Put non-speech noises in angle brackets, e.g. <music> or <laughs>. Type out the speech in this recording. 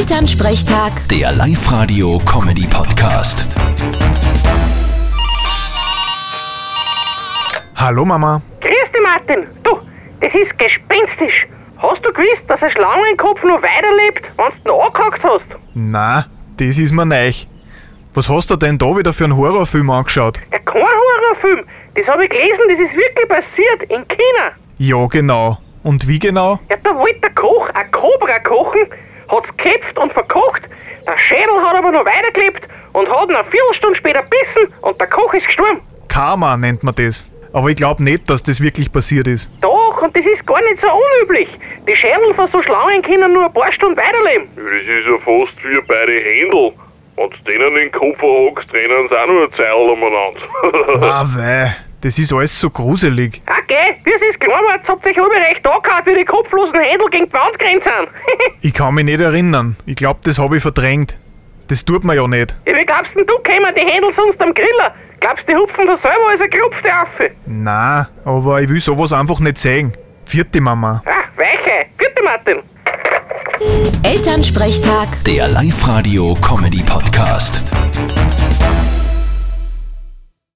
Elternsprechtag, Der Live-Radio-Comedy-Podcast. Hallo Mama. Grüß dich, Martin. Du, das ist gespenstisch. Hast du gewusst, dass ein Schlangenkopf nur weiterlebt, wenn du ihn angehackt hast? Na, das ist mir neu. Was hast du denn da wieder für einen Horrorfilm angeschaut? Ja, kein Horrorfilm. Das habe ich gelesen, das ist wirklich passiert in China. Ja, genau. Und wie genau? Ja, da wollte der Koch eine Kobra kochen, hat's geköpft und verkocht. Der Schädel hat aber noch weitergelebt und hat ihn eine Viertelstunde später bissen und der Koch ist gestorben. Karma nennt man das. Aber ich glaube nicht, dass das wirklich passiert ist. Doch, und das ist gar nicht so unüblich. Die Schädel von so Schlangen können nur ein paar Stunden weiterleben. Ja, Das ist ja fast wie bei den Händel. Wenn du denen in den Koffer hockst, rennen sie auch nur eine Zeil <laughs> umeinander. Ah, weh. Das ist alles so gruselig. Okay, das ist klar, jetzt habt ihr euch alle recht angehört, wie die kopflosen Händel gegen die Wand gerannt sind. <laughs> Ich kann mich nicht erinnern. Ich glaube, das habe ich verdrängt. Das tut man ja nicht. Ja, wie glaubst denn du, kämen die Händel sonst am Griller? Glaubst du, die hupfen da selber als eine gerupfte Affe? Na, aber ich will sowas einfach nicht sehen. Vierte Mama. Ah, Weiche. Bitte, Martin. Elternsprechtag. Der Live-Radio-Comedy-Podcast.